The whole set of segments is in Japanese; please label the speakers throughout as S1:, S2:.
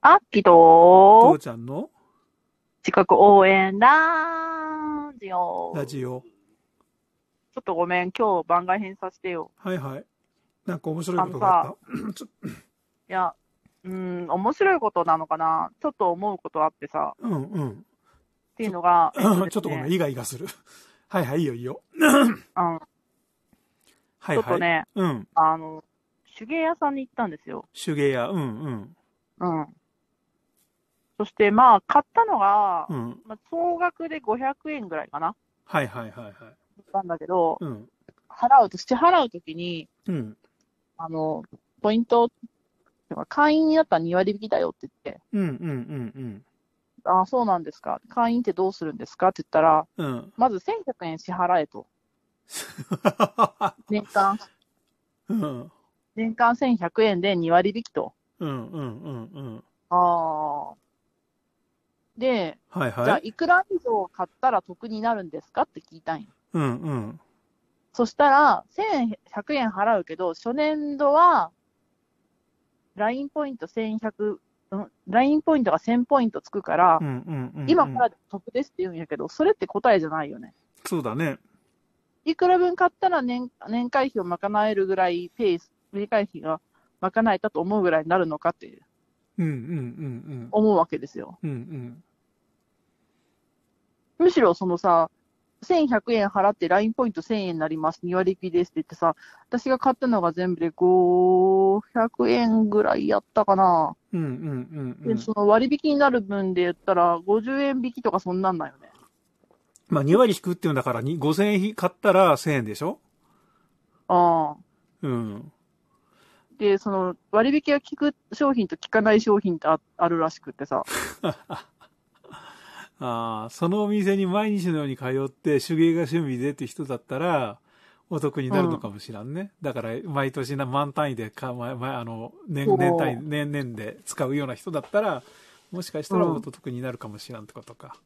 S1: あっきと
S2: 父、ちゃんの
S1: 近く応援ラジオ。
S2: ラジオ。
S1: ちょっとごめん、今日番外編させてよ。
S2: はいはい。なんか面白いことがあった。ちょ
S1: いや、うん、面白いことなのかなちょっと思うことあってさ、
S2: うんうん。
S1: っていうのが、えとですね
S2: ちょっとごめん、 イガイガする。はいはい、いいよいいよ。
S1: うん
S2: はい
S1: ちょっと
S2: はい。
S1: ね、
S2: うん。
S1: あの、手芸屋さんに行ったんですよ。
S2: 手芸屋、うんうん。
S1: うん。そして、まあ、買ったのが
S2: う、ん。
S1: まあ、総額で500円ぐらいかな
S2: はいはいはいはい。
S1: なんだけど、
S2: うん。
S1: 払うと、支払うときに、
S2: うん。
S1: あの、ポイント、会員だったら2割引きだよって言って、
S2: うんうんうん
S1: ああ、そうなんですか。会員ってどうするんですかって言ったら、
S2: うん。うん。
S1: まず1100円支払えと。年間、
S2: うん。
S1: 年間1100円で2割引きと。
S2: うんうんうんうん。
S1: ああ。で、
S2: はい
S1: じゃあ
S2: はい。
S1: いくら以上買ったら得になるんですかって聞いたんよ
S2: うんうん。
S1: そしたら、1100円払うけど、初年度は、LINE ポイント1100、うん LINE ポイントが1000ポイントつくから
S2: う、んうんうんうん。
S1: 今からでも得ですって言うんやけど、それって答えじゃないよね。
S2: そうだね。
S1: いくら分買ったら年年会費を賄えるぐらいペース、年会費が賄えたと思うぐらいになるのかって
S2: うんうんうん
S1: 思うわけですよ。
S2: うん。うんうん。
S1: むしろそのさ、1100円払って LINE ポイント1000円になります、2割引きですって言ってさ、私が買ったのが全部で500円ぐらいやったかな。
S2: うんうんうんう
S1: で
S2: ん。
S1: その割引になる分で言ったら、50円引きとかそんなんだよね。
S2: まあ2割引くっていうんだから、に5000円買ったら1000円でしょ
S1: ああ。
S2: うん。
S1: で、その割引が効く商品と効かない商品ってああるらしくってさ。
S2: ああ、そのお店に毎日のように通って手芸が趣味でって人だったら、お得になるのかもしらんね。だから、毎年な、万単位でか、ま、ま、あの、年、
S1: そう
S2: 年単位、年々で使うような人だったら、もしかしたら
S1: うん
S2: お得になるかもしらんってことか。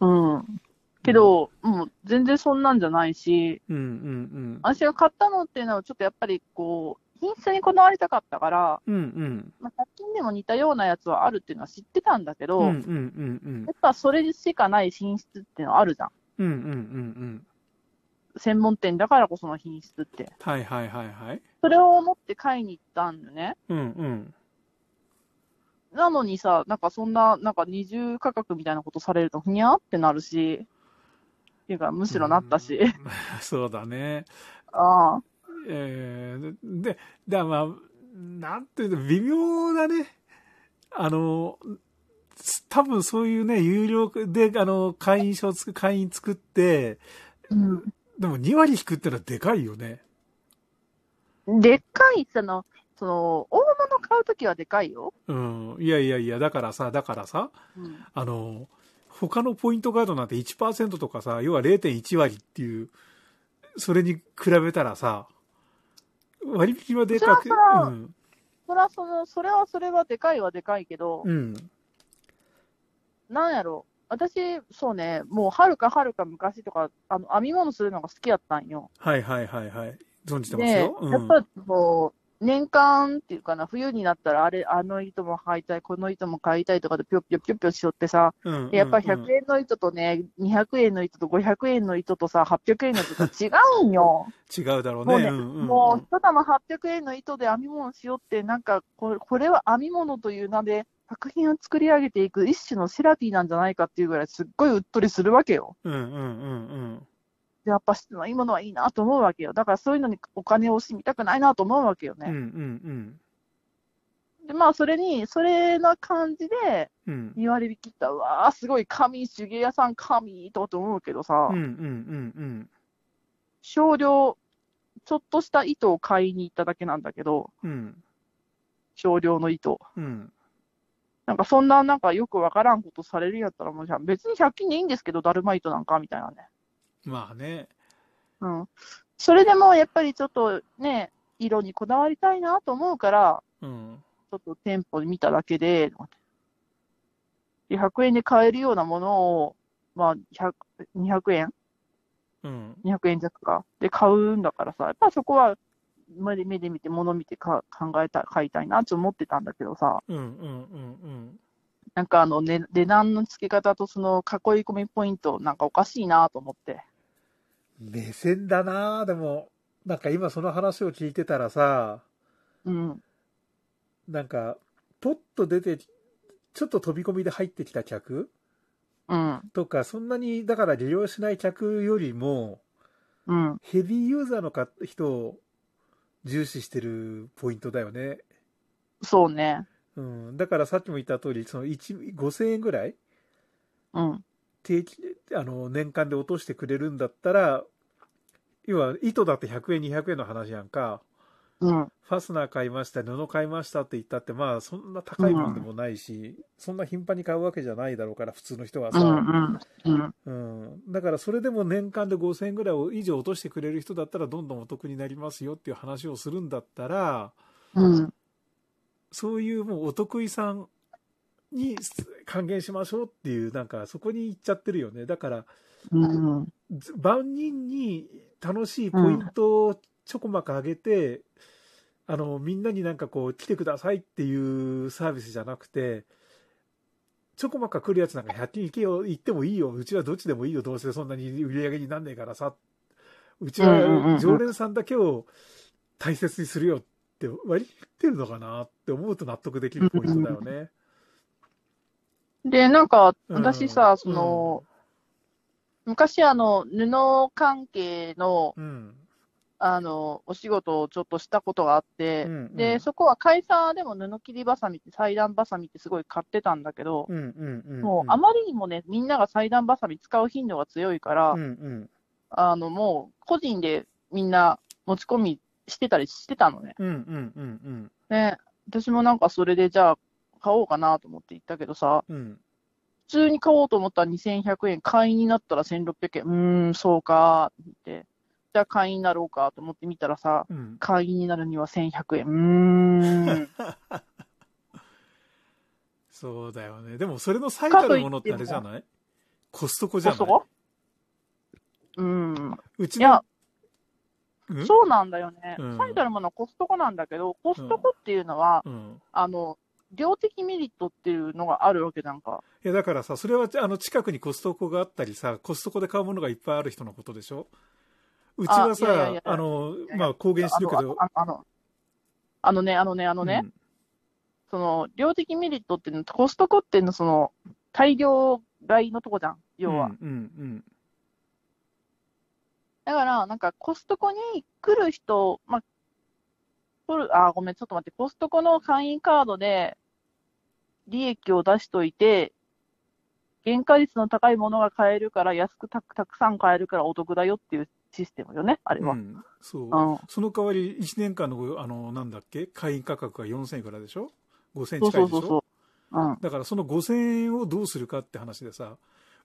S1: うん。けど、もう全然そんなんじゃないし、
S2: うん、うん、
S1: 私が買ったのっていうのはちょっとやっぱりこう、品質にこだわりたかったから、
S2: うん。うん、うん。
S1: まあ、100均でも似たようなやつはあるっていうのは知ってたんだけど、
S2: うん、うん、う
S1: や
S2: ん、
S1: っぱそれしかない品質っていうのはあるじゃん。
S2: うん。うん、うん、うん。
S1: 専門店だからこその品質って。
S2: はい、はい、はい、はい。
S1: それを思って買いに行ったんだよね。
S2: うん、うん。
S1: なのにさ、なんかそんな、なんか二重価格みたいなことされると、ふにゃーってなるし、っていうか、むしろなったし。
S2: うん。 そうだね。
S1: ああ、
S2: えー、で、だからまあ、なんていうの、微妙だね。あの、す多分そういうね、有料で、あの、会員証つく、会員作って、
S1: うん。
S2: でも2割引くってのはでかいよね。
S1: でっかいその、その、大物買うときはでかいよ。
S2: うん。いやいやいや、だからさ、だからさ、
S1: うん。
S2: あの、他のポイントカードなんて1%とかさ、要は0.1割っていう、それに比べたらさ、割引はでかく、
S1: そらそら
S2: うん。
S1: それはその、それはそれはでかいはでかいけど、
S2: うん。
S1: なんやろ。私、そうね、もうはるかはるか昔とか、あの、編み物するのが好きやったんよ。
S2: はいはいはいはい。存じてます
S1: で、
S2: よ。うん
S1: やっぱりこう、年間っていうかな、冬になったら、あれ、あの糸も買いたい、この糸も買いたいとかでぴょぴょぴょぴょしよってさ、
S2: うん
S1: でやっぱ100円の糸とね、200円の糸と500円の糸とさ、800円の糸と違うん よ。
S2: 違うだろうね。
S1: もうね、
S2: んんん
S1: もう一玉800円の糸で編み物しようって、なんかこれ、これは編み物という名で、作品を作り上げていく一種のセラピーなんじゃないかっていうぐらい、すっごいうっとりするわけよ。
S2: うんうんうんうん。
S1: でやっぱ質のいいものはいいなと思うわけよ。だからそういうのにお金を惜しみたくないなと思うわけよ
S2: うんう
S1: ね。
S2: ん
S1: で、まあ、それに、それな感じで、
S2: うん。うん
S1: 2割引きったらうわあ、すごい神、手芸屋さん神とかと思うけどさ、
S2: うんうんうん
S1: 少量、ちょっとした糸を買いに行っただけなんだけど、
S2: うん。うん
S1: 少量の糸。
S2: うん。
S1: なんかそんななんかよくわからんことされるんやったらもうじゃあ別に100均でいいんですけど、ダルマイトなんかみたいなね。
S2: まあね。
S1: うん。それでもやっぱりちょっとね、色にこだわりたいなと思うから、
S2: うん。
S1: ちょっと店舗で見ただけで、で100円で買えるようなものを、まあ、100 200円
S2: うん。
S1: ?200 円弱か。で買うんだからさ、やっぱそこは目で目で見て、物見てか考えた、買いたいなって思ってたんだけどさ、
S2: うんうんうんうん。
S1: なんかあの、ね、値段の付け方とその囲い込みポイント、なんかおかしいなと思って。
S2: 目線だなでも、なんか今その話を聞いてたらさ、
S1: うん。
S2: なんか、ポッと出て、ちょっと飛び込みで入ってきた客
S1: うん。
S2: とか、そんなに、だから利用しない客よりも、
S1: うん。
S2: ヘビーユーザーのか人を重視してるポイントだよね。
S1: そうね。
S2: うん。だからさっきも言った通り、その1、5000円ぐらい
S1: うん。
S2: 定期、あの、年間で落としてくれるんだったら、要は、糸だって100円、200円の話やんか。
S1: うん。
S2: ファスナー買いました、布買いましたって言ったって、まあ、そんな高いもんでもないし、そんな頻繁に買うわけじゃないだろうから、普通の人は
S1: う
S2: さ。
S1: ん。うん。うん。
S2: うん、だからそれでも年間で5000円ぐらいを以上落としてくれる人だったらどんどんお得になりますよっていう話をするんだったら
S1: うん。
S2: そういうもうお得意さんに還元しましょうっていうなんかそこに行っちゃってるよねだから
S1: うん。
S2: ず万人に楽しいポイントをちょこまか上げて、あのみんなになんかこう来てくださいっていうサービスじゃなくてちょこまか来るやつなんか100均行けよ行ってもいいようちはどっちでもいいよどうせそんなに売り上げになんねえからさうち
S1: うんうんうんう
S2: は
S1: ん
S2: 常連さんだけを大切にするよって割り切ってるのかなって思うと納得できるポイントだよね。
S1: で、なんか、
S2: うん
S1: 私さ、その、、昔あの、布関係の、
S2: うん
S1: あの、お仕事をちょっとしたことがあって、
S2: うんう
S1: で、
S2: ん
S1: そこは会社でも布切りばさみって、裁断ばさみってすごい買ってたんだけど、
S2: うんうんうんうん、
S1: もうあまりにもね、みんなが裁断ばさみ使う頻度が強いから、
S2: うんうん
S1: あの、もう個人でみんな持ち込みしてたりしてたのね。
S2: うんうんうんうん
S1: ね、私もなんかそれでじゃあ買おうかなと思って行ったけどさ、
S2: うん、
S1: 普通に買おうと思ったら2100円、会員になったら1600円、うーん、そうかーって、じゃあ会員になろうかと思ってみたらさ、
S2: うん、
S1: 会員になるには1100円、 うーん。
S2: そうだよね。でも、それの最たるものってあれじゃないコストコじゃ
S1: コ
S2: ない
S1: ストコうん。
S2: うち
S1: い
S2: の、
S1: や、
S2: うん
S1: そうなんだよね
S2: うん。
S1: 最たるものはコストコなんだけど、コストコっていうのは、
S2: うん。
S1: あの、量的メリットっていうのがあるわけなんか。
S2: いや、だからさ、それは、あの、近くにコストコがあったりさ、コストコで買うものがいっぱいある人のことでしょうちはさ、
S1: あ
S2: あ
S1: いやいやいやや、
S2: の
S1: いや
S2: まあ、公言し
S1: あ
S2: てる
S1: の
S2: けど、
S1: ああの、あのね、あのね、あのね、
S2: うん
S1: その量的メリットっていうのコストコっていうのその大量買いのとこじゃん、要は。
S2: うん、うん、
S1: だから、なんかコストコに来る人、まあ、取る、あー、ごめん、ちょっと待って、コストコの会員カードで利益を出しといて、原価率の高いものが買えるから、安くたくたくさん買えるからお得だよっていうシステムよね、あれ
S2: うん、
S1: は。
S2: うんそう。
S1: うん。
S2: その代わり、1年間のご、あの、なんだっけ会員価格が4000円からでしょ ?5000 円近いでしょ
S1: そうそうそう。うん。
S2: だからその5000円をどうするかって話でさ、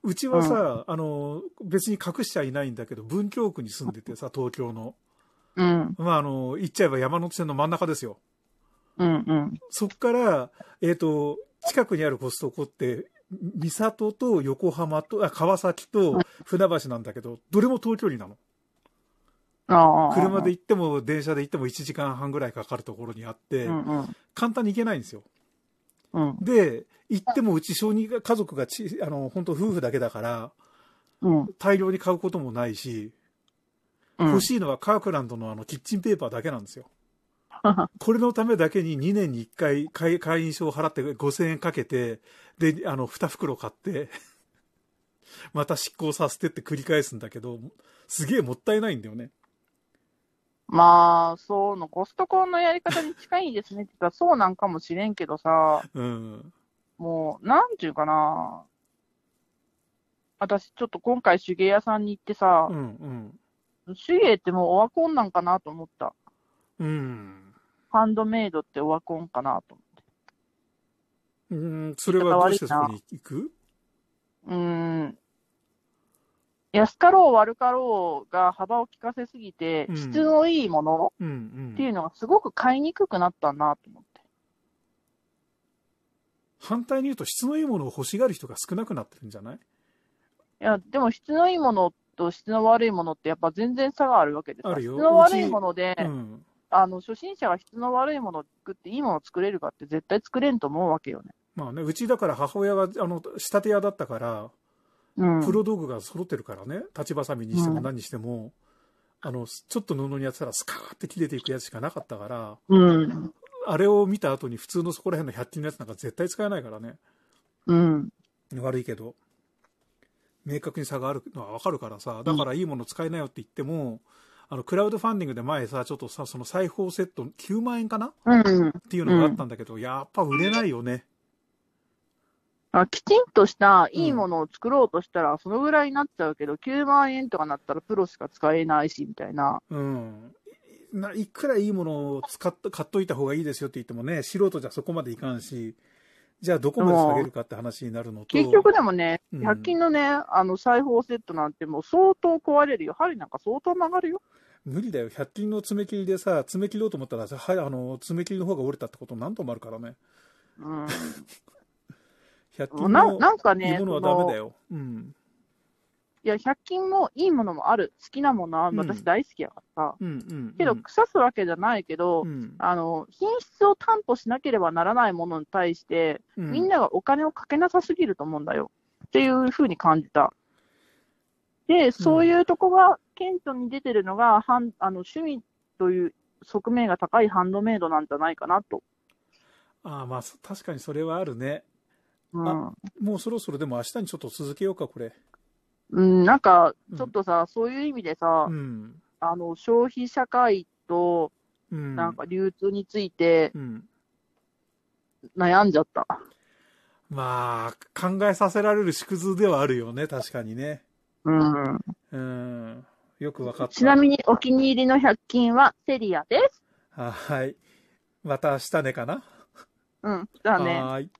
S2: うちはさ、あの、別に隠しちゃいないんだけど、文京区に住んでてさ、東京の。
S1: うん。
S2: まあ、あの、行っちゃえば山手線の真ん中ですよ。
S1: うん。うん。
S2: そっから、えっ、と、近くにあるコストコって、三郷と横浜と、あ、川崎と船橋なんだけど、どれも東京里なの。
S1: ああ。
S2: 車で行っても、電車で行っても1時間半ぐらいかかるところにあって
S1: う、んうん。
S2: 簡単に行けないんですよ。
S1: うん。
S2: で、行ってもうち小児が家族がち、あの、本当夫婦だけだから、
S1: うん。
S2: 大量に買うこともないし、
S1: うん
S2: 欲しいのはカークランドのあのキッチンペーパーだけなんで すよ。これのためだけに2年に1回会会員証を払って5000円かけて、で、あの、2袋買って、 また執行させてって繰り返すんだけど、すげえもったいないんだよね。
S1: まあ、そうの、コストコのやり方に近いですねって言ったら、そうなんかもしれんけどさ、
S2: うん。
S1: もう、なんちゅうかな。私、ちょっと今回手芸屋さんに行ってさ
S2: うん、うん。
S1: 手芸ってもうオワコンなんかなと思った。
S2: うん。
S1: ハンドメイドってオワコンかなと思って。
S2: うん、それはどうしてそこに行く
S1: うーん。安かろう悪かろうが幅を利かせすぎて
S2: う、ん
S1: 質のいいもの
S2: うん
S1: って
S2: う。
S1: いうんのがすごく買いにくくなったなと思って。
S2: 反対に言うと質のいいものを欲しがる人が少なくなってるんじゃない
S1: いや、でも質のいいものと質の悪いものってやっぱ全然差があるわけです
S2: あるよ
S1: 質の悪いもので、
S2: うん。
S1: あの、初心者が質の悪いものを作っていいものを作れるかって絶対作れんと思うわけよね。
S2: まあね、うちだから母親が、あの、仕立て屋だったから、
S1: うん。
S2: プロ道具が揃ってるからね、立ちばさみにして
S1: う
S2: も
S1: ん
S2: 何にしても、あの、ちょっと布にやってたらスカーって切れていくやつしかなかったから、
S1: うん。
S2: あれを見た後に普通のそこら辺の100均のやつなんか絶対使えないからね。
S1: うん。
S2: 悪いけど。明確に差があるのはわかるからさ、だからいいもの使えないよって言っても、あの、クラウドファンディングで前さ、ちょっとさ、その裁縫セット9万円かな
S1: うん。
S2: っていうのがあったんだけど、やっぱ売れないよね。
S1: あきちんとしたいいものを作ろうとしたら、そのぐらいになっちゃうけど、9万円とかなったらプロしか使えないし、みたいな。
S2: うん。いないくらいいものを使っと買っといた方がいいですよって言ってもね、素人じゃそこまでいかんし、じゃあどこまで下げるかって話になるのと。
S1: 結局でもね、
S2: うん
S1: 100均のね、あの、裁縫セットなんてもう相当壊れるよ。針なんか相当曲がるよ。
S2: 無理だよ。100均の爪切りでさ、爪切ろうと思ったらさ、はい、あの、爪切りの方が折れたってこと何度もあるからね。
S1: うん。
S2: 100
S1: もう
S2: 均
S1: な
S2: の
S1: なんか
S2: いい
S1: ね、
S2: ものは
S1: そ
S2: ダメ
S1: の
S2: だよ。うん。
S1: いや、100均もいいものもある。好きなものは
S2: うん
S1: 私大好きやからさ。
S2: うんうん。
S1: けど、腐すわけじゃないけど、
S2: うん、
S1: あの、品質を担保しなければならないものに対して、
S2: うん
S1: みんながお金をかけなさすぎると思うんだよ。っていうふうに感じた。で、そういうとこが顕著に出てるのが、ハンあの趣味という側面が高いハンドメイドなんじゃないかなと。
S2: ああ、まあ、そ確かにそれはあるね。
S1: うん
S2: あ。もうそろそろでも明日にちょっと続けようか、これ。
S1: うん、なんか、ちょっとさ、そういう意味でさ、
S2: うん。
S1: あの、消費社会と、
S2: うん。
S1: なんか流通について
S2: うん。
S1: 悩んじゃった。
S2: まあ、考えさせられる縮図ではあるよね、確かにね。
S1: うん。
S2: うん。よくわかった。
S1: ちなみにお気に入りの100均はセリアです。
S2: はーい。また明日ねかな
S1: うん。だね。
S2: はーい。